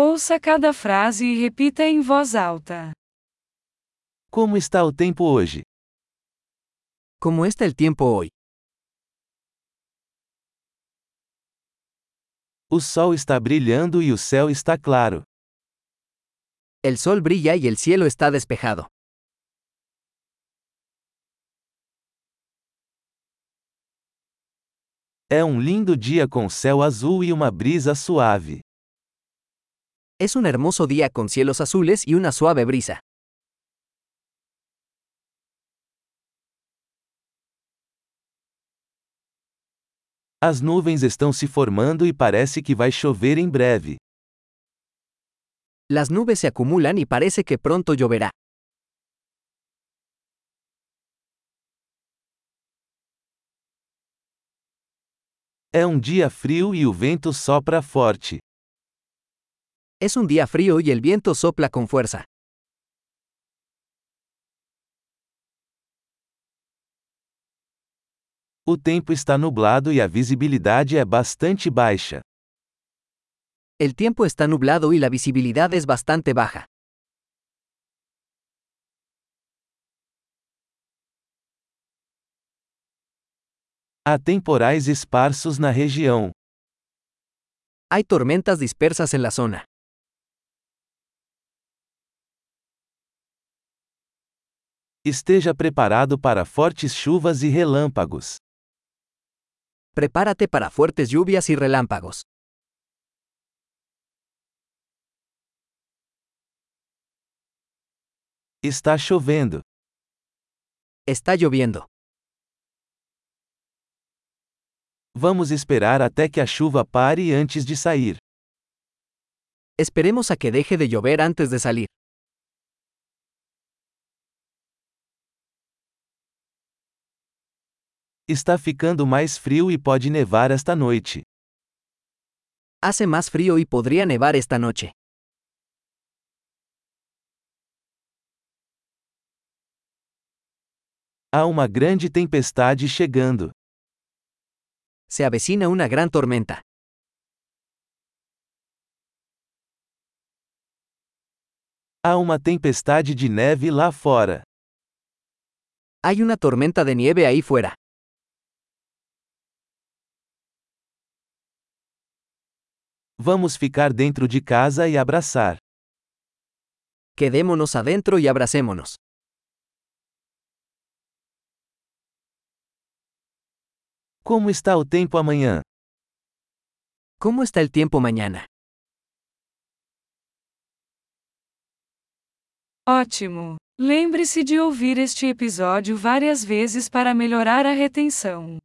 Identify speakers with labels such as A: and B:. A: Ouça cada frase e repita em voz alta.
B: Como está o tempo hoje?
C: ¿Cómo está el tiempo hoy?
B: O sol está brilhando e o céu está claro.
C: El sol brilla y el cielo está despejado.
B: É um lindo dia com céu azul e uma brisa suave.
C: Es un hermoso día con cielos azules y una suave brisa.
B: As nuvens estão se formando e parece que vai chover em breve.
C: Las nubes se acumulan y parece que pronto lloverá.
B: É um dia frio e o vento sopra forte.
C: Es un día frío y el viento sopla con fuerza.
B: O tempo está nublado e a visibilidade é bastante baixa.
C: El tiempo está nublado y la visibilidad es bastante baja.
B: Há temporais esparsos na região.
C: Hay tormentas dispersas en la zona.
B: Esteja preparado para fortes chuvas e relâmpagos.
C: Prepárate para fuertes lluvias y relámpagos.
B: Está chovendo.
C: Está lloviendo.
B: Vamos esperar até que a chuva pare antes de sair.
C: Esperemos a que deje de llover antes de salir.
B: Está ficando mais frio e pode nevar esta noite.
C: Hace más frío y podría nevar esta noche.
B: Há uma grande tempestade chegando.
C: Se avecina una gran tormenta.
B: Há uma tempestade de neve lá fora.
C: Hay una tormenta de nieve ahí fuera.
B: Vamos ficar dentro de casa e abraçar.
C: Quedémonos adentro y abracémonos.
B: Como está o tempo amanhã?
C: ¿Cómo está el tiempo mañana?
A: Ótimo! Lembre-se de ouvir este episódio várias vezes para melhorar a retenção.